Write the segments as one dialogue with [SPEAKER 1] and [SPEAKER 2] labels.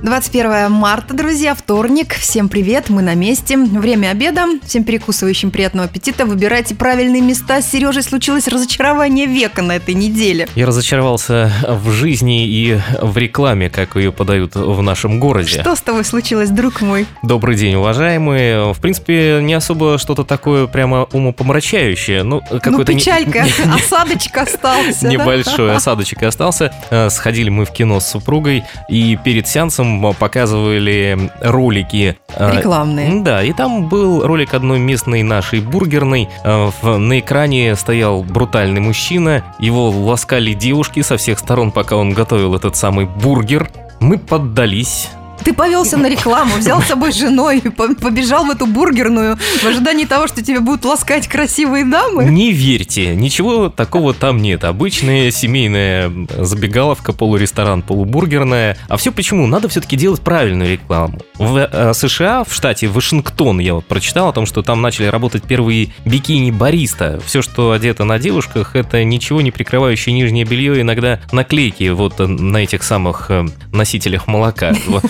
[SPEAKER 1] 21 марта, друзья, вторник. Всем привет, мы на месте. Время обеда. Всем перекусывающим приятного аппетита. Выбирайте правильные места. С Сережей случилось разочарование века на этой неделе.
[SPEAKER 2] Я разочаровался в жизни и в рекламе, как ее подают в нашем городе.
[SPEAKER 1] Что с тобой случилось, друг мой?
[SPEAKER 2] Добрый день, уважаемые. В принципе, не особо что-то такое прямо умопомрачающее. Ну,
[SPEAKER 1] Ну,
[SPEAKER 2] какой-то... не-
[SPEAKER 1] печалька,
[SPEAKER 2] не- не-
[SPEAKER 1] осадочек остался. да?
[SPEAKER 2] Небольшой осадочек остался. Э, Сходили мы в кино с супругой, и перед сеансом э, показывали ролики. э,
[SPEAKER 1] Рекламные.
[SPEAKER 2] м, Да, и там был ролик одной местной нашей бургерной. Э, в- На экране стоял брутальный мужчина. Его ласкали девушки со всех сторон, пока он готовил этот самый бургер. Мы поддались.
[SPEAKER 1] Ты повелся на рекламу, взял с собой женой, и по- побежал в эту бургерную в ожидании того, что тебя будут ласкать красивые дамы.
[SPEAKER 2] Не верьте, ничего такого там нет. Обычная семейная забегаловка, полуресторан, полубургерная. А все почему? Надо все-таки делать правильную рекламу. В э, США, в штате Вашингтон, я вот прочитал о том, что там начали работать первые бикини-бариста. Все, что одето на девушках, это ничего не прикрывающее нижнее белье, иногда наклейки вот э, на этих самых э, носителях молока. Вот.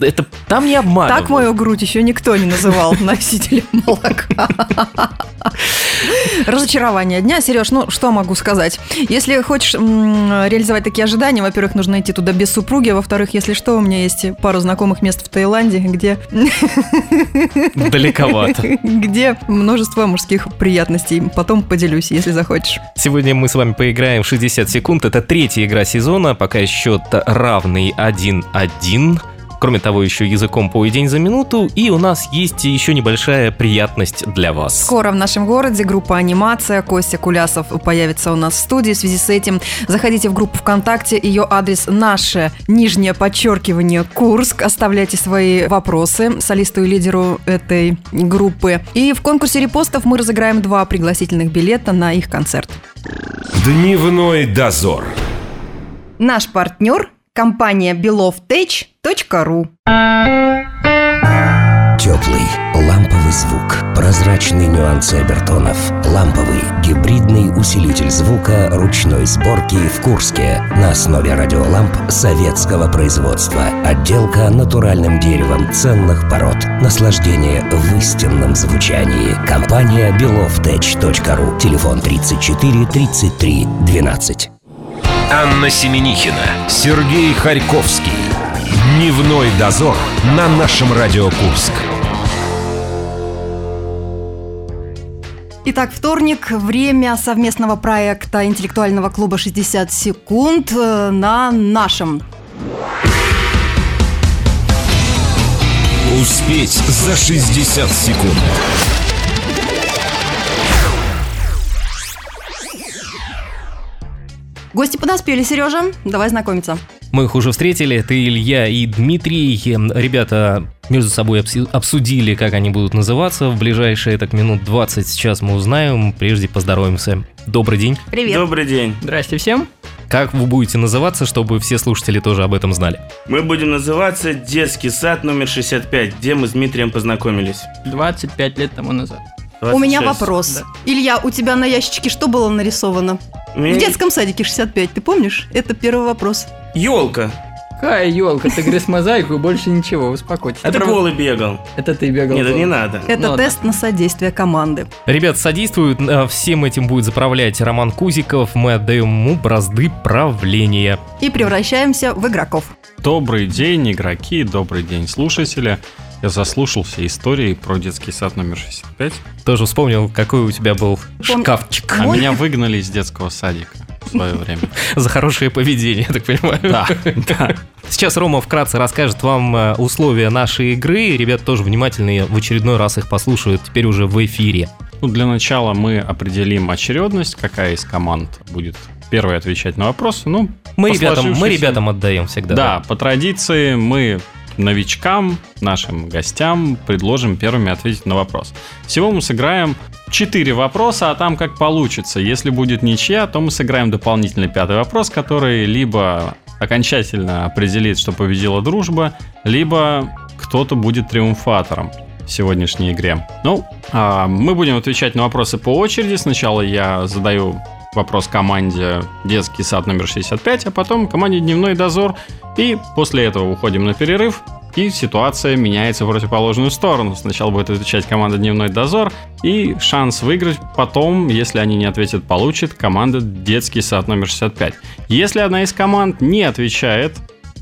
[SPEAKER 2] Это там не обманывают.
[SPEAKER 1] Так мою грудь еще никто не называл носителем молока. Разочарование дня. Сереж, ну что могу сказать? Если хочешь м, реализовать такие ожидания, во-первых, нужно идти туда без супруги, а во-вторых, если что, у меня есть пару знакомых мест в Таиланде, где
[SPEAKER 2] Далековато.
[SPEAKER 1] где множество мужских приятностей. Потом поделюсь, если захочешь.
[SPEAKER 2] Сегодня мы с вами поиграем в 60 секунд. Это третья игра сезона, пока счет равный 1-1. Кроме того, еще языком по и день за минуту. И у нас есть еще небольшая приятность для вас.
[SPEAKER 1] Скоро в нашем городе группа «Анимация». Костя Кулясов появится у нас в студии. В связи с этим заходите в группу ВКонтакте. Ее адрес «Наше нижнее подчеркивание Курск». Оставляйте свои вопросы солисту и лидеру этой группы. И в конкурсе репостов мы разыграем два пригласительных билета на их концерт.
[SPEAKER 3] Дневной дозор.
[SPEAKER 1] Наш партнер – компания belovtech.ru.
[SPEAKER 4] Теплый ламповый звук. Прозрачные нюансы обертонов. Ламповый гибридный усилитель звука ручной сборки в Курске. На основе радиоламп советского производства. Отделка натуральным деревом ценных пород. Наслаждение в истинном звучании. Компания belovtech.ru. Телефон 34 33 12.
[SPEAKER 3] Анна Семенихина, Сергей Харьковский. Дневной дозор на нашем Радио Курск.
[SPEAKER 1] Итак, вторник, время совместного проекта интеллектуального клуба «60 секунд» э, на нашем.
[SPEAKER 3] Успеть за 60 секунд.
[SPEAKER 1] Гости подоспели, Сережа, давай знакомиться.
[SPEAKER 2] Мы их уже встретили. Это Илья и Дмитрий. Эм, Ребята между собой обси- обсудили, как они будут называться. В ближайшие так минут 20 сейчас мы узнаем. Прежде поздороваемся. Добрый день.
[SPEAKER 1] Привет.
[SPEAKER 5] Добрый день.
[SPEAKER 6] Здрасте всем.
[SPEAKER 2] Как вы будете называться, чтобы все слушатели тоже об этом знали?
[SPEAKER 5] Мы будем называться «Детский сад номер 65», где мы с Дмитрием познакомились.
[SPEAKER 6] 25 лет тому назад.
[SPEAKER 1] У меня
[SPEAKER 5] 26.
[SPEAKER 1] вопрос.
[SPEAKER 6] да.
[SPEAKER 1] Илья, у тебя на ящичке что было нарисовано?
[SPEAKER 5] У меня
[SPEAKER 1] В детском садике 65, ты помнишь? Это первый вопрос.
[SPEAKER 5] Ёлка.
[SPEAKER 6] Какая елка, ты грыз мозаику и больше ничего, успокойтесь.
[SPEAKER 5] Это
[SPEAKER 6] Отправ-
[SPEAKER 5] голый бегал.
[SPEAKER 6] Это ты бегал.
[SPEAKER 5] Нет, это
[SPEAKER 6] голый.
[SPEAKER 5] не надо.
[SPEAKER 2] Ну
[SPEAKER 1] Это
[SPEAKER 6] ладно.
[SPEAKER 1] тест на содействие команды.
[SPEAKER 2] Ребят содействуют, э, всем этим будет заправлять Роман Кузиков, мы отдаем ему бразды правления.
[SPEAKER 1] И превращаемся в игроков.
[SPEAKER 7] Добрый день, игроки, добрый день, слушатели. Я заслушался истории про детский сад номер 65,
[SPEAKER 2] Тоже вспомнил, какой у тебя был
[SPEAKER 1] Пом-
[SPEAKER 2] шкафчик
[SPEAKER 7] а
[SPEAKER 1] Мой-
[SPEAKER 7] меня выгнали из детского садика в свое время.
[SPEAKER 2] за хорошее поведение, я так понимаю.
[SPEAKER 7] Да, да.
[SPEAKER 2] Сейчас Рома вкратце расскажет вам э, условия нашей игры. Ребят тоже внимательные в очередной раз их послушают, теперь уже в эфире.
[SPEAKER 7] Ну, для начала мы определим очередность, какая из команд будет первой отвечать на вопросы. Ну,
[SPEAKER 2] Мы
[SPEAKER 7] По
[SPEAKER 2] ребятам, мы
[SPEAKER 7] сложившейся-
[SPEAKER 2] ребятам отдаем всегда.
[SPEAKER 7] да, по традиции мы новичкам, нашим гостям предложим первыми ответить на вопрос. Всего мы сыграем 4 вопроса, а там как получится. Если будет ничья, то мы сыграем дополнительный пятый вопрос, который либо окончательно определит, что победила дружба, либо кто-то будет триумфатором. сегодняшней игре. Ну, а, мы будем отвечать на вопросы по очереди. Сначала я задаю вопрос команде «Детский сад номер 65», а потом команде «Дневной дозор». И после этого уходим на перерыв, и ситуация меняется в противоположную сторону. Сначала будет отвечать команда «Дневной дозор», и шанс выиграть потом, если они не ответят, получит команда «Детский сад номер 65». Если одна из команд не отвечает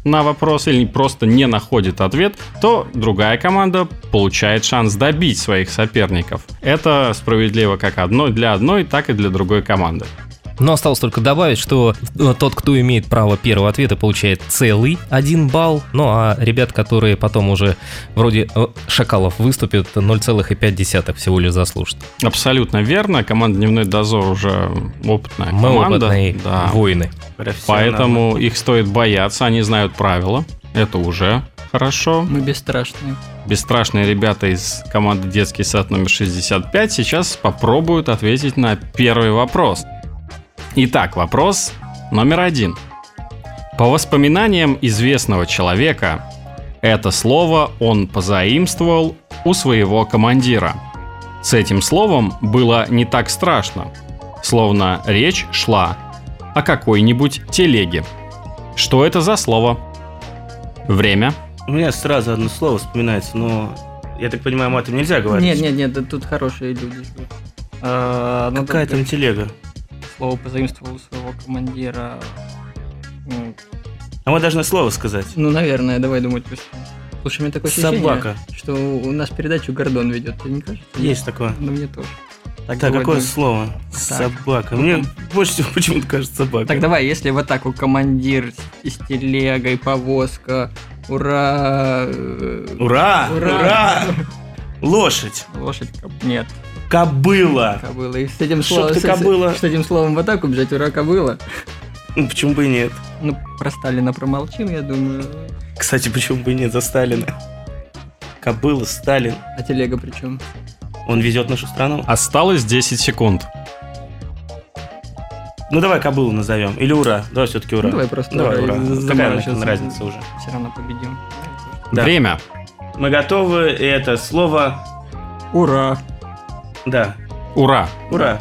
[SPEAKER 7] на вопрос или просто не находит ответ, то другая команда получает шанс добить своих соперников. Это справедливо как одно, для одной, так и для другой команды.
[SPEAKER 2] Но осталось только добавить, что э, тот, кто имеет право первого ответа, получает целый один балл. Ну а ребят, которые потом уже вроде э, шакалов выступят, 0,5 всего лишь заслужат.
[SPEAKER 7] Абсолютно верно. Команда «Дневной дозор» уже опытная
[SPEAKER 2] Мы
[SPEAKER 7] команда.
[SPEAKER 2] опытные
[SPEAKER 7] Да.
[SPEAKER 2] воины.
[SPEAKER 5] Профессионалы.
[SPEAKER 7] Поэтому их стоит бояться, они знают правила. Это уже хорошо.
[SPEAKER 6] Мы бесстрашные.
[SPEAKER 7] Бесстрашные ребята из команды «Детский сад номер 65» сейчас попробуют ответить на первый вопрос. Итак, вопрос номер один. По воспоминаниям известного человека, это слово он позаимствовал у своего командира. С этим словом было не так страшно, словно речь шла о какой-нибудь телеге. Что это за слово? Время.
[SPEAKER 5] У меня сразу одно слово вспоминается, но я так понимаю, об этом нельзя говорить.
[SPEAKER 6] Нет, нет, нет, да тут хорошие люди живут. А, ну,
[SPEAKER 5] Какая
[SPEAKER 6] только
[SPEAKER 5] там телега?
[SPEAKER 6] Слово позаимствовал у своего командира. М,
[SPEAKER 5] А мы должны слово сказать.
[SPEAKER 6] Ну, наверное, давай думать пусть. Слушай, у меня такое ощущение,
[SPEAKER 5] Собака.
[SPEAKER 6] что у нас передачу Гордон ведет, тебе не кажется?
[SPEAKER 5] Есть такое.
[SPEAKER 6] Ну, мне тоже.
[SPEAKER 5] Так, а
[SPEAKER 6] давай,
[SPEAKER 5] какое
[SPEAKER 6] давай.
[SPEAKER 5] слово? Собака. Мне больше всего почему-то кажется собака.
[SPEAKER 6] Ну, Так, давай, если в атаку командир с, с телегой, повозка, ура... э,
[SPEAKER 5] Ура!
[SPEAKER 6] Ура!
[SPEAKER 5] Ура! Лошадь.
[SPEAKER 6] Лошадь, коб- нет,
[SPEAKER 5] Кобыла.
[SPEAKER 6] кобыла. И с этим,
[SPEAKER 5] Чтоб
[SPEAKER 6] словом,
[SPEAKER 5] ты
[SPEAKER 6] с, с-
[SPEAKER 5] кобыла.
[SPEAKER 6] с этим словом в атаку бежать, ура, кобыла.
[SPEAKER 5] Ну, почему бы и нет?
[SPEAKER 6] Ну, про Сталина промолчим, я думаю.
[SPEAKER 5] Кстати, почему бы и нет за Сталина? Кобыла, Сталин.
[SPEAKER 6] А телега причем?
[SPEAKER 5] Он везет нашу страну. А,
[SPEAKER 7] Осталось 10 секунд.
[SPEAKER 5] Ну давай кобылу назовем. Или ура. Давай все-таки ура.
[SPEAKER 6] Ну, давай просто
[SPEAKER 5] Давай, ура.
[SPEAKER 6] ура. Я
[SPEAKER 5] Какая
[SPEAKER 6] заморочился.
[SPEAKER 5] нахрен разница уже?
[SPEAKER 6] Все равно победим.
[SPEAKER 5] Да.
[SPEAKER 7] Время.
[SPEAKER 5] Мы готовы, и это слово...
[SPEAKER 6] Ура!
[SPEAKER 5] Да.
[SPEAKER 7] Ура.
[SPEAKER 5] Ура.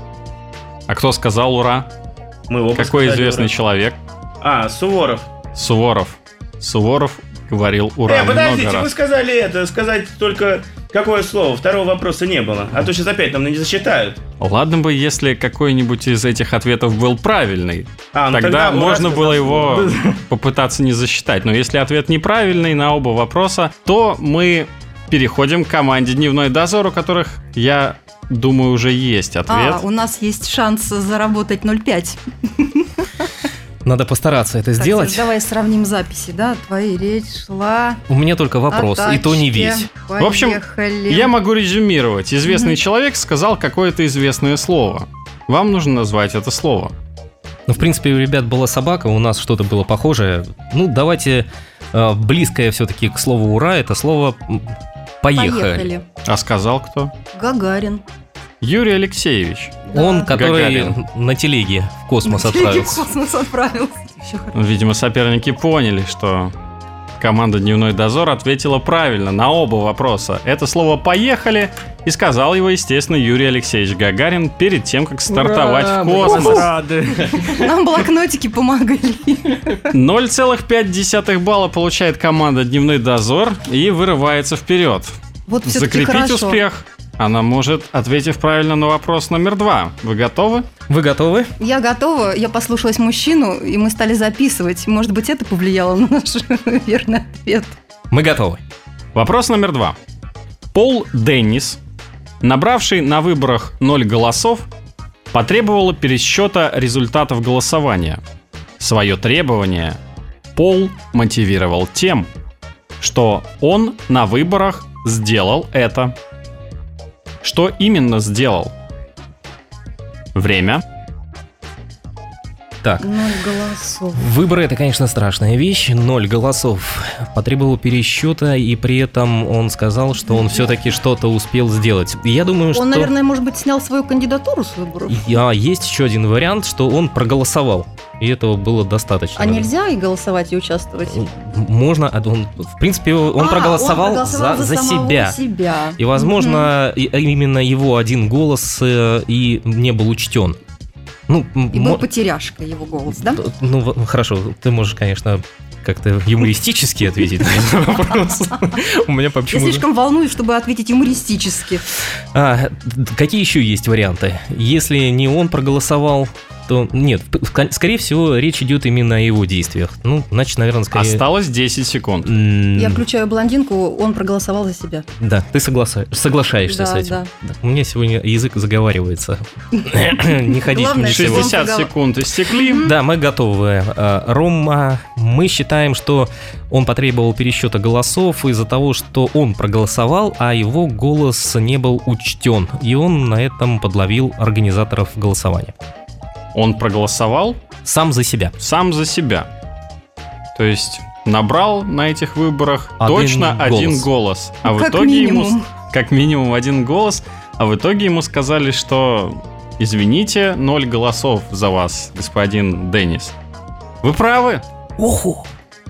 [SPEAKER 7] А кто сказал ура?
[SPEAKER 5] Мы оба
[SPEAKER 7] Какой
[SPEAKER 5] сказали
[SPEAKER 7] известный
[SPEAKER 5] ура.
[SPEAKER 7] человек?
[SPEAKER 5] А, Суворов.
[SPEAKER 7] Суворов. Суворов говорил ура
[SPEAKER 5] э,
[SPEAKER 7] много
[SPEAKER 5] подождите, вы
[SPEAKER 7] раз.
[SPEAKER 5] сказали это, сказать только какое слово. Второго вопроса не было. А то сейчас опять нам не засчитают.
[SPEAKER 7] Ладно бы, если какой-нибудь из этих ответов был правильный.
[SPEAKER 5] А, ну
[SPEAKER 7] тогда,
[SPEAKER 5] «Ура»
[SPEAKER 7] можно
[SPEAKER 5] сказал
[SPEAKER 7] было
[SPEAKER 5] Суворов.
[SPEAKER 7] его попытаться не засчитать. Но если ответ неправильный на оба вопроса, то мы переходим к команде «Дневной дозор», у которых, я думаю, уже есть ответ.
[SPEAKER 1] А, у нас есть шанс заработать 0,5.
[SPEAKER 2] Надо постараться это
[SPEAKER 1] Так,
[SPEAKER 2] сделать.
[SPEAKER 1] Давай сравним записи, да? Твоя речь шла...
[SPEAKER 2] У меня только вопрос,
[SPEAKER 1] о
[SPEAKER 2] и то не
[SPEAKER 1] тачке.
[SPEAKER 2] весь.
[SPEAKER 1] Поехали.
[SPEAKER 7] общем, Я могу резюмировать. Известный человек сказал какое-то известное слово. Вам нужно назвать это слово.
[SPEAKER 2] Ну, в принципе, у ребят была собака, у нас что-то было похожее. Ну, давайте э, близкое все-таки к слову «ура» это слово м, «поехали».
[SPEAKER 1] Поехали.
[SPEAKER 7] А сказал кто?
[SPEAKER 1] Гагарин.
[SPEAKER 7] Юрий Алексеевич.
[SPEAKER 2] Он,
[SPEAKER 1] Да.
[SPEAKER 2] который
[SPEAKER 7] Гагарин.
[SPEAKER 2] на телеге в космос
[SPEAKER 1] На телеге в
[SPEAKER 2] отправился.
[SPEAKER 1] космос отправился. Ещё хорошо.
[SPEAKER 7] Ну, Видимо, соперники поняли, что команда «Дневной дозор» ответила правильно на оба вопроса. Это слово «поехали» и сказал его, естественно, Юрий Алексеевич Гагарин перед тем, как стартовать
[SPEAKER 6] Ура,
[SPEAKER 7] в
[SPEAKER 6] мы
[SPEAKER 7] космос.
[SPEAKER 6] вас рады.
[SPEAKER 1] Нам блокнотики помогли.
[SPEAKER 7] 0,5 балла получает команда «Дневной дозор» и вырывается вперед.
[SPEAKER 1] Вот все-таки
[SPEAKER 7] Закрепить
[SPEAKER 1] хорошо.
[SPEAKER 7] успех она может, ответив правильно на вопрос номер два. Вы готовы?
[SPEAKER 2] Вы готовы?
[SPEAKER 1] Я готова, я послушалась мужчину, и мы стали записывать. Может быть, это повлияло на наш верный ответ.
[SPEAKER 2] Мы готовы.
[SPEAKER 7] Вопрос номер два. Пол Деннис, набравший на выборах 0 голосов, потребовала пересчета результатов голосования. Свое требование Пол мотивировал тем, что он на выборах сделал это. Что именно сделал? Время.
[SPEAKER 2] Так.
[SPEAKER 1] Ноль голосов.
[SPEAKER 2] Выборы это, конечно, страшная вещь. Ноль голосов потребовал пересчета, и при этом он сказал, что он все-таки что-то успел сделать. И Я думаю, Ну что
[SPEAKER 1] Он, наверное, может быть, снял свою кандидатуру с выборов.
[SPEAKER 2] Я- есть еще один вариант, что он проголосовал, и этого было достаточно.
[SPEAKER 1] А
[SPEAKER 2] Ну,
[SPEAKER 1] нельзя и голосовать, и участвовать?
[SPEAKER 2] Можно, а он, в принципе,
[SPEAKER 1] А,
[SPEAKER 2] он проголосовал, за, за
[SPEAKER 1] самого
[SPEAKER 2] себя.
[SPEAKER 1] себя.
[SPEAKER 2] И, возможно, и- а именно его один голос э, и не был учтен. Ну, м-
[SPEAKER 1] Мгм. И был
[SPEAKER 2] мо-
[SPEAKER 1] потеряшка его голос, да?
[SPEAKER 2] Т- Ну, в- хорошо, ты можешь, конечно, как-то юмористически ответить на этот вопрос. У меня
[SPEAKER 1] Я
[SPEAKER 2] почему-то...
[SPEAKER 1] слишком волнуюсь, чтобы ответить юмористически.
[SPEAKER 2] А, д- какие еще есть варианты? Если не он проголосовал, то нет, в- в кон- скорее всего, речь идет именно о его действиях. Ну, значит, наверное, скорее...
[SPEAKER 7] Осталось 10 секунд.
[SPEAKER 2] М,
[SPEAKER 1] Я включаю блондинку, он проголосовал за себя.
[SPEAKER 2] Да, ты согласа- соглашаешься
[SPEAKER 1] Да,
[SPEAKER 2] с этим.
[SPEAKER 1] да.
[SPEAKER 2] Да. У меня сегодня язык заговаривается. Не ходите
[SPEAKER 1] Главное,
[SPEAKER 2] мне
[SPEAKER 1] что
[SPEAKER 2] сегодня.
[SPEAKER 7] 60
[SPEAKER 1] Мгм.
[SPEAKER 7] секунд истекли.
[SPEAKER 2] Да, мы готовы. Э, Рома, мы считаем, что он потребовал пересчета голосов из-за того, что он проголосовал, а его голос не был учтен. И он на этом подловил организаторов голосования.
[SPEAKER 7] Он проголосовал
[SPEAKER 2] Сам за себя.
[SPEAKER 7] сам за себя. То есть набрал на этих выборах
[SPEAKER 2] Один
[SPEAKER 7] точно
[SPEAKER 2] голос.
[SPEAKER 7] один голос. А в
[SPEAKER 1] Ну, Как
[SPEAKER 7] итоге ему
[SPEAKER 1] минимум.
[SPEAKER 7] с- как минимум один голос, а в итоге ему сказали, что извините, ноль голосов за вас, господин Деннис. Вы правы.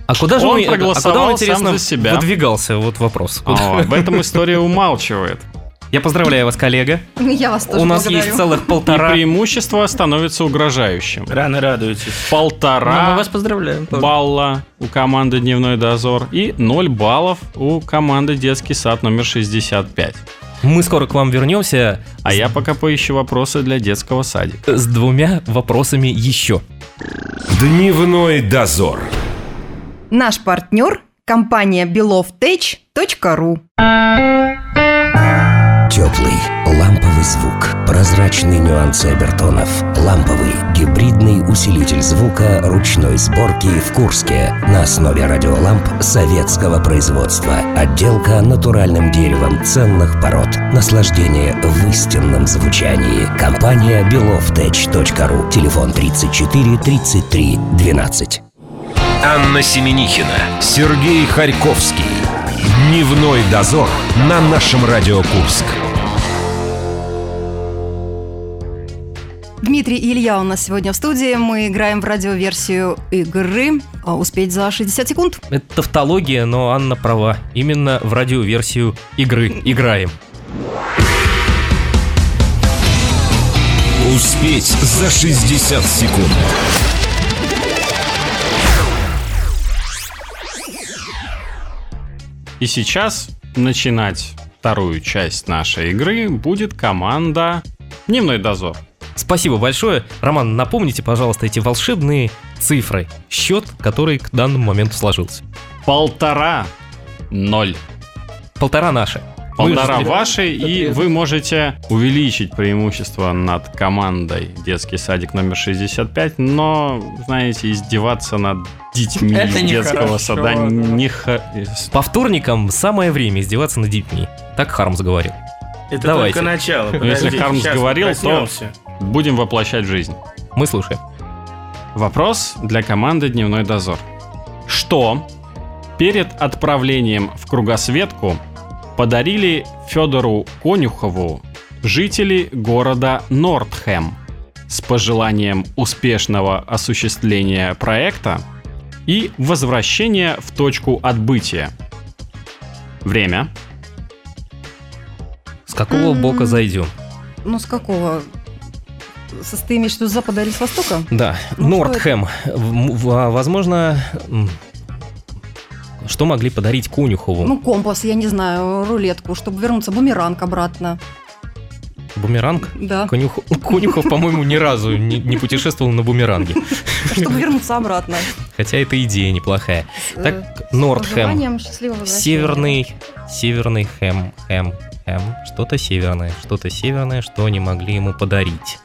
[SPEAKER 2] А куда же
[SPEAKER 7] Он
[SPEAKER 2] а- а
[SPEAKER 7] проголосовал
[SPEAKER 2] куда он,
[SPEAKER 7] сам
[SPEAKER 2] интересно,
[SPEAKER 7] за себя.
[SPEAKER 2] выдвигался? Вот вопрос.
[SPEAKER 7] А, об этом история умалчивает.
[SPEAKER 2] Я поздравляю вас, коллега.
[SPEAKER 1] Я вас тоже
[SPEAKER 2] У нас
[SPEAKER 1] благодарю.
[SPEAKER 2] есть целых
[SPEAKER 7] И
[SPEAKER 2] полтора...
[SPEAKER 7] преимущество становится угрожающим.
[SPEAKER 5] Рано радуетесь.
[SPEAKER 7] Полтора
[SPEAKER 6] поздравляем.
[SPEAKER 7] балла у команды «Дневной дозор» и 0 баллов у команды «Детский сад» номер 65.
[SPEAKER 2] Мы скоро к вам вернемся
[SPEAKER 7] А я пока поищу вопросы для детского садика.
[SPEAKER 2] с двумя вопросами еще.
[SPEAKER 3] Дневной дозор.
[SPEAKER 1] Наш партнер – компания belovtech.ru.
[SPEAKER 4] Теплый, ламповый звук, прозрачные нюансы обертонов, ламповый, гибридный усилитель звука ручной сборки в Курске на основе радиоламп советского производства. Отделка натуральным деревом ценных пород. Наслаждение в истинном звучании. Компания belovtech.ru. Телефон 34 33 12.
[SPEAKER 3] Анна Семенихина, Сергей Харьковский. Дневной дозор на нашем Радио Курск.
[SPEAKER 1] Дмитрий и Илья у нас сегодня в студии. Мы играем в радиоверсию игры. А, Успеть за 60 секунд.
[SPEAKER 2] Это тавтология, но Анна права. Именно в радиоверсию игры играем.
[SPEAKER 3] Успеть за 60 секунд.
[SPEAKER 7] И сейчас начинать вторую часть нашей игры будет команда «Дневной дозор».
[SPEAKER 2] Спасибо большое. Роман, напомните, пожалуйста, эти волшебные цифры. Счет, который к данному моменту сложился.
[SPEAKER 7] Полтора ноль.
[SPEAKER 2] Полтора наши. Мы
[SPEAKER 7] Полтора
[SPEAKER 2] же-
[SPEAKER 7] ваши, и вы можете увеличить преимущество над командой детский садик номер 65, но, знаете, издеваться над детьми
[SPEAKER 6] Это
[SPEAKER 7] из
[SPEAKER 6] нехорошо,
[SPEAKER 7] детского сада э,
[SPEAKER 6] да.
[SPEAKER 7] не хо-
[SPEAKER 2] По вторникам самое время издеваться над детьми. Так Хармс говорил.
[SPEAKER 5] Это
[SPEAKER 2] Давайте.
[SPEAKER 5] только начало.
[SPEAKER 7] Ну, если
[SPEAKER 5] подождите,
[SPEAKER 7] Хармс
[SPEAKER 5] щас мы
[SPEAKER 7] говорил, то-
[SPEAKER 5] проснемся.
[SPEAKER 7] будем воплощать в жизнь.
[SPEAKER 2] Мы слушаем.
[SPEAKER 7] Вопрос для команды «Дневной дозор». Что перед отправлением в кругосветку подарили Федору Конюхову жители города Нортхэм с пожеланием успешного осуществления проекта и возвращения в точку отбытия? Время.
[SPEAKER 2] С какого
[SPEAKER 1] М.
[SPEAKER 2] бока зайдем?
[SPEAKER 1] Ну, с какого? Со- Ты имеешь в виду с запада или с востока?
[SPEAKER 2] Да,
[SPEAKER 1] Ну,
[SPEAKER 2] Нортхэм. В- в- а, Возможно, м, что могли подарить Конюхову?
[SPEAKER 1] Ну, компас, я не знаю, рулетку, чтобы вернуться, бумеранг обратно.
[SPEAKER 2] Бумеранг?
[SPEAKER 1] Да,
[SPEAKER 2] Конюх- Конюхов, по-моему, ни разу не, не путешествовал на бумеранге.
[SPEAKER 1] чтобы вернуться обратно.
[SPEAKER 2] Хотя эта идея неплохая.
[SPEAKER 1] Э,
[SPEAKER 2] Так,
[SPEAKER 1] с
[SPEAKER 2] Нортхэм.
[SPEAKER 1] пожеланием счастливого возвращения.
[SPEAKER 2] Северный, северный хэм, хэм, хэм. Что-то северное, что-то северное, что они могли ему подарить.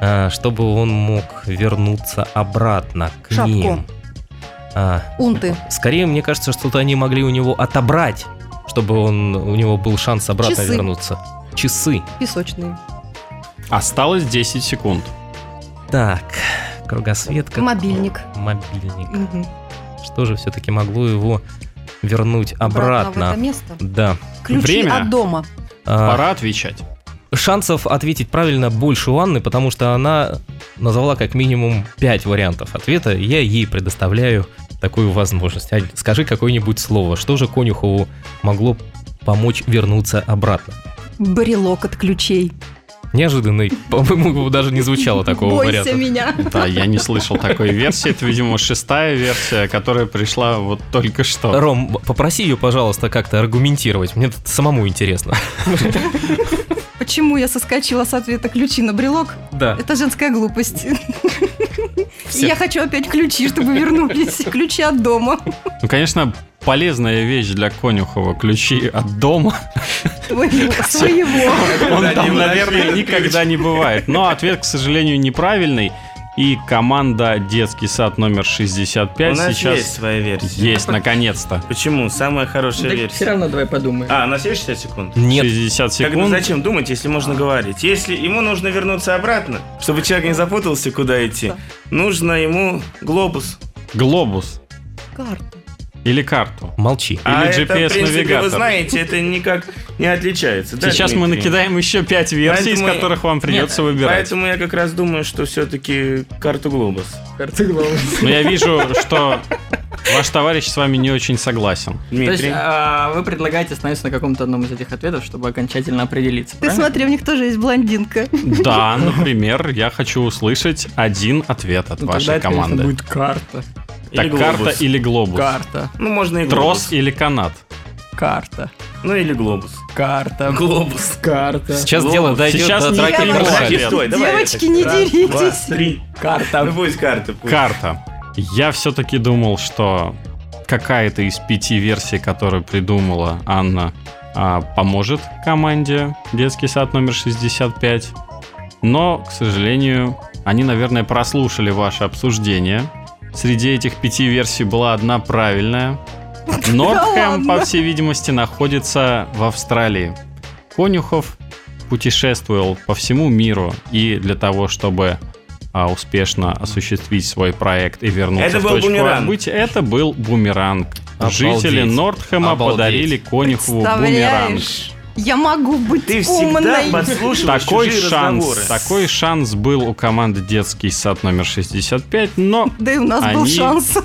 [SPEAKER 2] А, чтобы он мог вернуться обратно к
[SPEAKER 1] Шапку.
[SPEAKER 2] ним. А,
[SPEAKER 1] Унты.
[SPEAKER 2] скорее, мне кажется, что-то они могли у него отобрать, чтобы он, у него был шанс обратно
[SPEAKER 1] Часы.
[SPEAKER 2] вернуться. Часы.
[SPEAKER 1] Песочные.
[SPEAKER 7] Осталось 10 секунд.
[SPEAKER 2] Так, Кругосветка.
[SPEAKER 1] Мобильник.
[SPEAKER 2] Мобильник.
[SPEAKER 1] Мгм.
[SPEAKER 2] Что же все-таки могло его вернуть
[SPEAKER 1] в это
[SPEAKER 2] обратно?
[SPEAKER 1] место.
[SPEAKER 2] Да.
[SPEAKER 8] Ключи
[SPEAKER 7] Время.
[SPEAKER 8] от дома.
[SPEAKER 2] А,
[SPEAKER 7] Пора отвечать.
[SPEAKER 2] Шансов ответить правильно больше у Анны, потому что она назвала как минимум 5 вариантов ответа. и Я ей предоставляю такую возможность. Ань, скажи какое-нибудь слово. Что же Конюхову могло помочь вернуться обратно?
[SPEAKER 1] Брелок от ключей.
[SPEAKER 2] Неожиданный. По-моему, даже не звучало такого
[SPEAKER 1] Бойся
[SPEAKER 2] варианта.
[SPEAKER 1] меня.
[SPEAKER 7] Да, я не слышал такой версии. Это, видимо, шестая версия, которая пришла вот только что.
[SPEAKER 2] Ром, б- попроси ее, пожалуйста, как-то аргументировать. Мне тут самому интересно.
[SPEAKER 1] Почему я соскочила с ответа ключи на брелок?
[SPEAKER 2] Да.
[SPEAKER 1] Это женская глупость.
[SPEAKER 2] Все.
[SPEAKER 1] Я хочу опять ключи, чтобы вернулись. Ключи от дома.
[SPEAKER 7] Ну, конечно, полезная вещь для Конюхова. Ключи от дома.
[SPEAKER 1] Твоего, своего.
[SPEAKER 7] Он
[SPEAKER 5] Да, не
[SPEAKER 7] там,
[SPEAKER 5] выносили
[SPEAKER 7] наверное,
[SPEAKER 5] этот ключ.
[SPEAKER 7] никогда не бывает. Но ответ, к сожалению, неправильный. И команда «Детский сад номер 65»
[SPEAKER 5] У нас
[SPEAKER 7] сейчас
[SPEAKER 5] есть своя версия.
[SPEAKER 7] есть, наконец-то.
[SPEAKER 5] Почему? Самая хорошая
[SPEAKER 6] все
[SPEAKER 5] версия.
[SPEAKER 6] равно давай подумаем.
[SPEAKER 5] А, у нас есть 60 секунд?
[SPEAKER 2] Нет.
[SPEAKER 7] 60
[SPEAKER 5] Тогда
[SPEAKER 7] секунд.
[SPEAKER 5] зачем думать, если можно говорить? Если ему нужно вернуться обратно, чтобы человек не запутался, куда идти, нужно ему глобус.
[SPEAKER 7] Глобус
[SPEAKER 1] Карта.
[SPEAKER 7] или карту.
[SPEAKER 2] Молчи.
[SPEAKER 5] а
[SPEAKER 7] Или
[SPEAKER 5] это, в принципе, вы
[SPEAKER 7] GPS-навигатор.
[SPEAKER 5] знаете, это никак не отличается. да,
[SPEAKER 7] Сейчас мы
[SPEAKER 5] Дмитрий?
[SPEAKER 7] накидаем еще 5 версий, из
[SPEAKER 5] Поэтому-
[SPEAKER 7] которых вам придется выбирать.
[SPEAKER 5] Поэтому я как раз думаю, что все-таки карту глобус.
[SPEAKER 6] Карты главы.
[SPEAKER 7] Но я вижу, что ваш товарищ с вами не очень согласен.
[SPEAKER 6] То есть
[SPEAKER 5] Дмитрий.
[SPEAKER 6] а, вы предлагаете остановиться на каком-то одном из этих ответов, чтобы окончательно определиться,
[SPEAKER 1] Ты
[SPEAKER 6] правильно?
[SPEAKER 1] смотри, у них тоже есть блондинка.
[SPEAKER 7] Да, например, я хочу услышать один ответ от
[SPEAKER 6] Ну, тогда
[SPEAKER 7] вашей
[SPEAKER 6] это, конечно,
[SPEAKER 7] команды.
[SPEAKER 6] будет карта.
[SPEAKER 7] Так,
[SPEAKER 5] Или
[SPEAKER 7] карта
[SPEAKER 5] глобус.
[SPEAKER 7] или глобус?
[SPEAKER 6] Карта.
[SPEAKER 5] Ну, можно и глобус.
[SPEAKER 7] Трос или канат?
[SPEAKER 6] Карта.
[SPEAKER 5] Ну, или глобус.
[SPEAKER 6] Карта.
[SPEAKER 5] Глобус.
[SPEAKER 6] Карта.
[SPEAKER 2] Сейчас
[SPEAKER 5] Глобус.
[SPEAKER 2] дело дойдет
[SPEAKER 7] Ну, Сейчас
[SPEAKER 2] до
[SPEAKER 7] не
[SPEAKER 2] траки
[SPEAKER 1] я
[SPEAKER 2] Мурашки.
[SPEAKER 1] вообще-
[SPEAKER 5] Подожди, стой, давай.
[SPEAKER 1] Девочки, не
[SPEAKER 5] Раз, Два,
[SPEAKER 1] деритесь.
[SPEAKER 5] три. Ну,
[SPEAKER 6] Карта.
[SPEAKER 5] пусть карта. пусть.
[SPEAKER 7] Карта. Я все-таки думал, что какая-то из пяти версий, которые придумала Анна, а, поможет команде «Детский сад номер 65». Но, к сожалению, они, наверное, прослушали ваше обсуждение. Среди этих пяти версий была одна правильная. Нортхэм,
[SPEAKER 1] ладно?
[SPEAKER 7] по всей видимости, находится в Австралии. Конюхов путешествовал по всему миру и для того, чтобы а, успешно осуществить свой проект и вернуться
[SPEAKER 5] Это
[SPEAKER 7] в
[SPEAKER 5] был
[SPEAKER 7] точку
[SPEAKER 5] бумеранг.
[SPEAKER 7] отбытия, это был бумеранг.
[SPEAKER 2] Обалдеть.
[SPEAKER 7] Жители Нортхэма
[SPEAKER 2] Обалдеть.
[SPEAKER 7] подарили Конюхову бумеранг.
[SPEAKER 1] Представляешь? Я могу быть
[SPEAKER 5] Ты всегда
[SPEAKER 1] умной.
[SPEAKER 5] подслушиваешь
[SPEAKER 7] Такой
[SPEAKER 5] чужие разговоры.
[SPEAKER 7] шанс, такой шанс был у команды «Детский сад номер 65», но
[SPEAKER 1] Да и у нас был
[SPEAKER 7] Они-
[SPEAKER 1] шанс.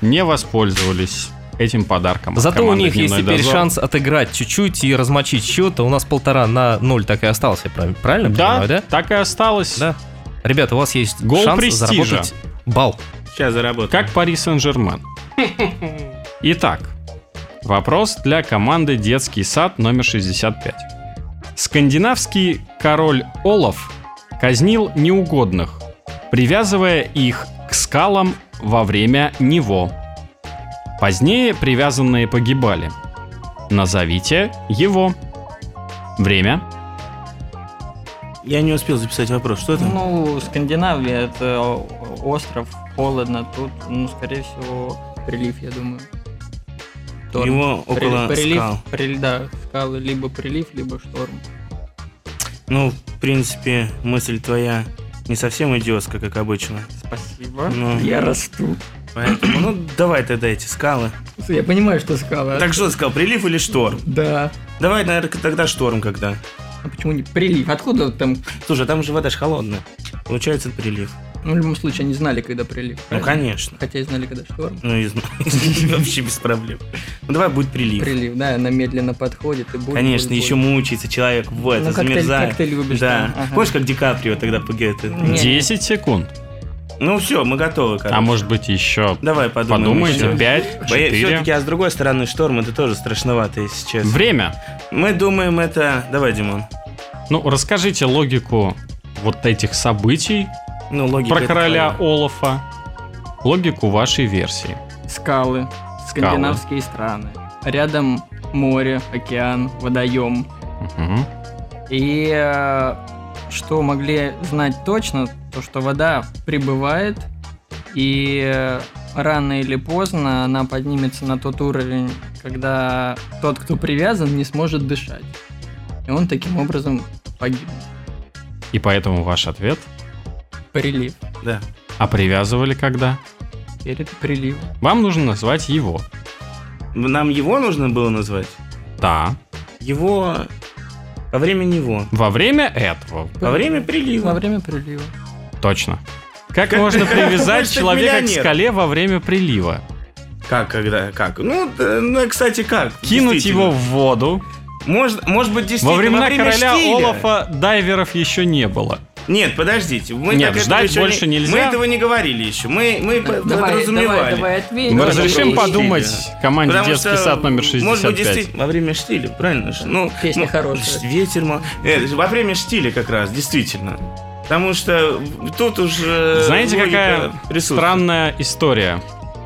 [SPEAKER 7] не воспользовались этим подарком. от
[SPEAKER 2] Зато у
[SPEAKER 7] команды
[SPEAKER 2] них есть
[SPEAKER 7] «Дневной
[SPEAKER 2] теперь
[SPEAKER 7] дозор».
[SPEAKER 2] шанс отыграть чуть-чуть и размочить счет. А у нас полтора на ноль так и остался, прав- правильно?
[SPEAKER 7] Да,
[SPEAKER 2] понимаю, да?
[SPEAKER 7] так и осталось.
[SPEAKER 2] Да. Ребята, у вас есть
[SPEAKER 7] Гол
[SPEAKER 2] шанс
[SPEAKER 7] престижа.
[SPEAKER 2] заработать балл.
[SPEAKER 5] Сейчас заработаю.
[SPEAKER 7] Как Пари Сен-Жермен. Итак, вопрос для команды «Детский сад» номер 65. Скандинавский король Олаф казнил неугодных, привязывая их к скалам во время него. Позднее привязанные погибали. Назовите его. Время.
[SPEAKER 5] Я не успел записать вопрос. Что там?
[SPEAKER 6] Ну, Скандинавия это остров, холодно, тут, ну, скорее всего, прилив, я думаю. Шторм.
[SPEAKER 5] Его
[SPEAKER 6] При-
[SPEAKER 5] около
[SPEAKER 6] прилив,
[SPEAKER 5] скал.
[SPEAKER 6] прилив- да, скалы, либо прилив, либо шторм.
[SPEAKER 5] Ну, в принципе, мысль твоя не совсем идиотская, как обычно.
[SPEAKER 6] Спасибо.
[SPEAKER 5] Ну.
[SPEAKER 6] А? Я расту.
[SPEAKER 5] Поэтому, ну, давай тогда эти скалы.
[SPEAKER 6] Я понимаю, что скалы. а-
[SPEAKER 5] Так что ты сказал, прилив или шторм?
[SPEAKER 6] Да.
[SPEAKER 5] Давай, наверное, тогда шторм когда.
[SPEAKER 6] А почему не прилив? Откуда там?
[SPEAKER 5] Слушай, а там же вода ж холодная. Получается прилив.
[SPEAKER 6] Ну, в любом случае, они знали, когда прилив.
[SPEAKER 5] Ну,
[SPEAKER 6] правильно?
[SPEAKER 5] конечно.
[SPEAKER 6] Хотя и знали, когда шторм.
[SPEAKER 5] Ну, и вообще без проблем. Ну, давай будет прилив.
[SPEAKER 6] Прилив, да, она медленно подходит и будет.
[SPEAKER 5] Конечно,
[SPEAKER 6] будет,
[SPEAKER 5] еще
[SPEAKER 6] будет.
[SPEAKER 5] мучается человек, вот,
[SPEAKER 6] Ну, как ты-
[SPEAKER 5] замерзает.
[SPEAKER 6] как ты любишь,
[SPEAKER 5] Да.
[SPEAKER 6] да, ага.
[SPEAKER 5] Помнишь, как Ди Каприо тогда пугает?
[SPEAKER 6] Не.
[SPEAKER 7] 10 секунд.
[SPEAKER 5] Ну, все, мы готовы, короче.
[SPEAKER 7] А может быть еще
[SPEAKER 5] Давай подумаем.
[SPEAKER 7] подумайте. 5,
[SPEAKER 5] Все-таки,
[SPEAKER 7] 4.
[SPEAKER 5] а с другой стороны, шторм это тоже страшновато, если честно.
[SPEAKER 7] Время.
[SPEAKER 5] Мы думаем это... Давай, Димон.
[SPEAKER 7] Ну, расскажите логику вот этих событий
[SPEAKER 5] Ну, логика...
[SPEAKER 7] про
[SPEAKER 5] это
[SPEAKER 7] короля
[SPEAKER 5] твоя.
[SPEAKER 7] Олафа, логику вашей версии.
[SPEAKER 6] Скалы, скандинавские страны. Рядом море, океан, водоем.
[SPEAKER 7] Мгм.
[SPEAKER 6] И э, что могли знать точно, то что вода прибывает, и э, рано или поздно она поднимется на тот уровень, когда тот, кто привязан, не сможет дышать. И он таким образом погибнет.
[SPEAKER 7] И поэтому ваш ответ.
[SPEAKER 6] Прилив.
[SPEAKER 5] Да.
[SPEAKER 7] А привязывали когда?
[SPEAKER 6] перед приливом.
[SPEAKER 7] Вам нужно назвать его.
[SPEAKER 5] Нам его нужно было назвать?
[SPEAKER 7] Да.
[SPEAKER 5] Его... Во время него.
[SPEAKER 7] Во время этого.
[SPEAKER 5] Во время прилива.
[SPEAKER 6] Во время прилива.
[SPEAKER 7] Точно. Как можно привязать
[SPEAKER 5] Может,
[SPEAKER 7] человека к
[SPEAKER 5] миллионер?
[SPEAKER 7] скале во время прилива?
[SPEAKER 5] Как, когда, как? Ну, т- ну, кстати, как?
[SPEAKER 7] Кинуть
[SPEAKER 5] действительно.
[SPEAKER 7] его в воду.
[SPEAKER 5] Может, может быть, действительно,
[SPEAKER 7] Во времена короля
[SPEAKER 5] штиля.
[SPEAKER 7] Олафа дайверов еще не было.
[SPEAKER 5] Нет, подождите. Мы
[SPEAKER 7] Нет,
[SPEAKER 5] так этого
[SPEAKER 7] ждать
[SPEAKER 5] еще
[SPEAKER 7] больше
[SPEAKER 5] не-
[SPEAKER 7] нельзя.
[SPEAKER 5] Мы этого не говорили еще. Мы, мы п- подразумевали.
[SPEAKER 6] ответь.
[SPEAKER 7] Мы
[SPEAKER 5] Давай,
[SPEAKER 7] разрешим
[SPEAKER 5] попробуй.
[SPEAKER 7] подумать команде
[SPEAKER 5] Потому
[SPEAKER 7] детский
[SPEAKER 5] что,
[SPEAKER 7] сад номер
[SPEAKER 5] Может быть,
[SPEAKER 7] 65.
[SPEAKER 5] действительно, во время штиля, правильно же? Ну,
[SPEAKER 6] Песня
[SPEAKER 5] ну,
[SPEAKER 6] хорошая.
[SPEAKER 5] ш- Ветер, ма- Э, во время штиля как раз, действительно. Потому что в- тут уже... Ну,
[SPEAKER 7] Знаете, какая странная история?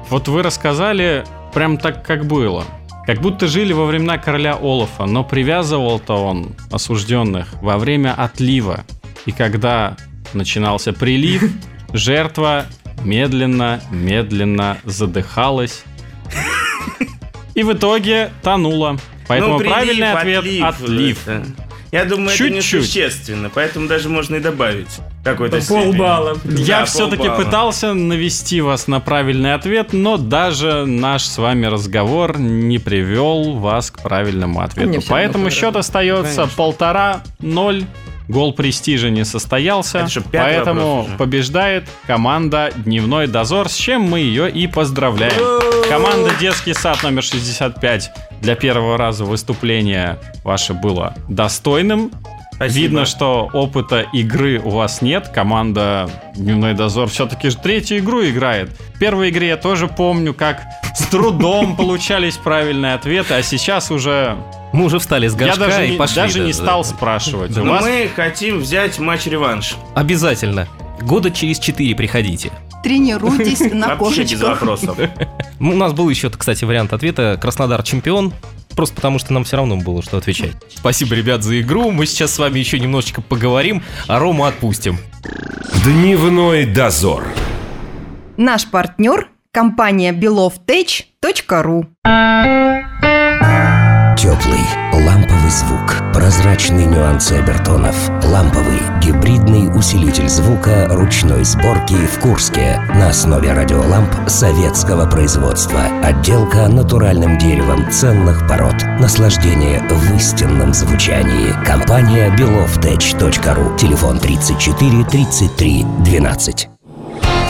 [SPEAKER 7] Вот вы рассказали прям так, как было. Как будто жили во времена короля Олафа, но привязывал-то он осужденных во время отлива. И когда начинался прилив, жертва медленно, медленно задыхалась. И в итоге тонула.
[SPEAKER 5] Ну,
[SPEAKER 7] Поэтому правильный ответ – отлив.
[SPEAKER 5] Я думаю, это
[SPEAKER 7] Чуть-чуть.
[SPEAKER 5] несущественно, поэтому даже можно и добавить какой-то степени.
[SPEAKER 6] Полбалла.
[SPEAKER 7] Я
[SPEAKER 5] Да,
[SPEAKER 7] все-таки
[SPEAKER 5] полбалла.
[SPEAKER 7] пытался навести вас на правильный ответ, но даже наш с вами разговор не привел вас к правильному ответу.
[SPEAKER 6] Мне всё
[SPEAKER 7] Поэтому
[SPEAKER 6] равно
[SPEAKER 7] счет остается полтора-ноль. Гол престижа не состоялся,
[SPEAKER 5] Это что, пятый
[SPEAKER 7] поэтому
[SPEAKER 5] вопрос уже?
[SPEAKER 7] побеждает команда Дневной Дозор, с чем мы ее и поздравляем. Команда Детский сад номер 65 для первого раза выступление ваше было достойным.
[SPEAKER 5] Спасибо.
[SPEAKER 7] Видно, что опыта игры у вас нет. Команда Дневной Дозор все-таки же третью игру играет. В первой игре я тоже помню, как с трудом получались правильные ответы, а сейчас уже
[SPEAKER 2] Мы уже встали с
[SPEAKER 7] я
[SPEAKER 2] горшка
[SPEAKER 7] даже
[SPEAKER 2] и
[SPEAKER 7] не,
[SPEAKER 2] пошли.
[SPEAKER 7] даже не стал спрашивать. У
[SPEAKER 5] Но
[SPEAKER 7] вас
[SPEAKER 5] Ну мы хотим взять матч-реванш.
[SPEAKER 2] Обязательно. Года через четыре приходите.
[SPEAKER 1] Тренируйтесь на
[SPEAKER 5] Вообще без
[SPEAKER 1] кошечках.
[SPEAKER 5] вопросов.
[SPEAKER 2] Ну, У нас был еще, кстати, вариант ответа «Краснодар чемпион», просто потому что нам все равно было что отвечать. Спасибо, ребят, за игру. Мы сейчас с вами еще немножечко поговорим, а Рому отпустим.
[SPEAKER 3] Дневной дозор.
[SPEAKER 1] Наш партнер – компания belovtech.ru.
[SPEAKER 4] Теплый, ламповый звук, прозрачные нюансы обертонов, ламповый гибридный усилитель звука ручной сборки в Курске на основе радиоламп советского производства. Отделка натуральным деревом ценных пород. Наслаждение в истинном звучании. Компания belovtech.ru. Телефон 34 33 12.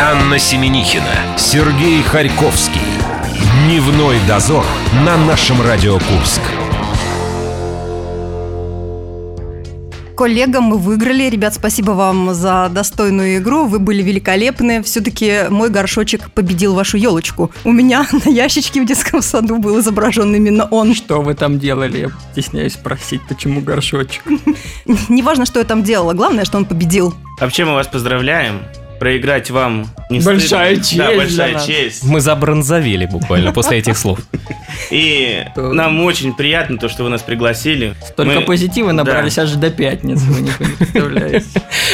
[SPEAKER 3] Анна Семенихина, Сергей Харьковский. Дневной дозор на нашем Радио Курск.
[SPEAKER 1] Коллегам мы выиграли. Ребят, спасибо вам за достойную игру. Вы были великолепны. Все-таки мой горшочек победил вашу елочку. У меня на ящичке в детском саду был изображен именно он.
[SPEAKER 6] Что вы там делали? Я стесняюсь спросить, почему горшочек?
[SPEAKER 1] Неважно, что я там делала. Главное, что он победил.
[SPEAKER 5] Вообще мы вас поздравляем. Проиграть вам не стыдно.
[SPEAKER 6] Большая
[SPEAKER 5] Да,
[SPEAKER 6] честь для
[SPEAKER 5] большая
[SPEAKER 6] нас.
[SPEAKER 5] честь.
[SPEAKER 2] Мы забронзовели буквально после этих слов.
[SPEAKER 5] И
[SPEAKER 6] То-
[SPEAKER 5] нам очень приятно то, что вы нас пригласили.
[SPEAKER 6] Только
[SPEAKER 5] Мы-
[SPEAKER 6] позитива набрались аж до пятницы, вы не представляете.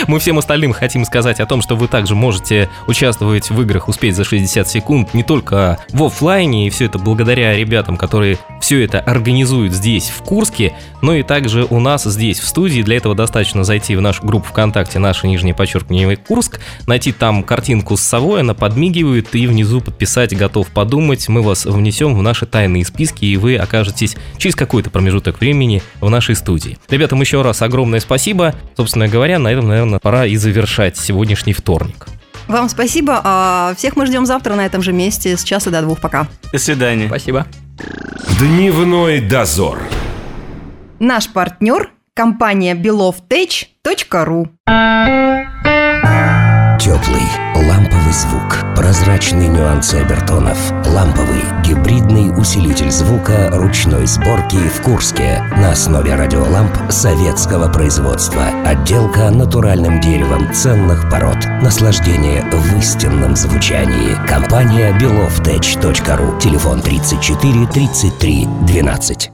[SPEAKER 2] Мы всем остальным хотим сказать о том, что вы также можете участвовать в играх «Успеть за 60 секунд» не только в оффлайне, и все это благодаря ребятам, которые все это организуют здесь, в Курске, но и также у нас здесь, в студии. Для этого достаточно зайти в нашу группу ВКонтакте «Наше нижнее подчеркивание Курск», найти там картинку с совой, она подмигивает, и внизу подписать «Готов подумать». Мы вас внесем в наши тайные списки, и вы окажетесь через какой-то промежуток времени в нашей студии. Ребятам еще раз огромное спасибо. Собственно говоря, на этом, наверное, пора и завершать сегодняшний вторник.
[SPEAKER 1] Вам спасибо. А всех мы ждем завтра на этом же месте с часа до двух. Пока.
[SPEAKER 5] До свидания.
[SPEAKER 6] Спасибо.
[SPEAKER 3] Дневной дозор.
[SPEAKER 1] Наш партнер – компания belovtech.ru.
[SPEAKER 4] Теплый, ламповый звук, прозрачные нюансы обертонов, ламповый гибридный усилитель звука ручной сборки в Курске на основе радиоламп советского производства. Отделка натуральным деревом ценных пород. Наслаждение в истинном звучании. Компания belovtech.ru. Телефон 34 33 12.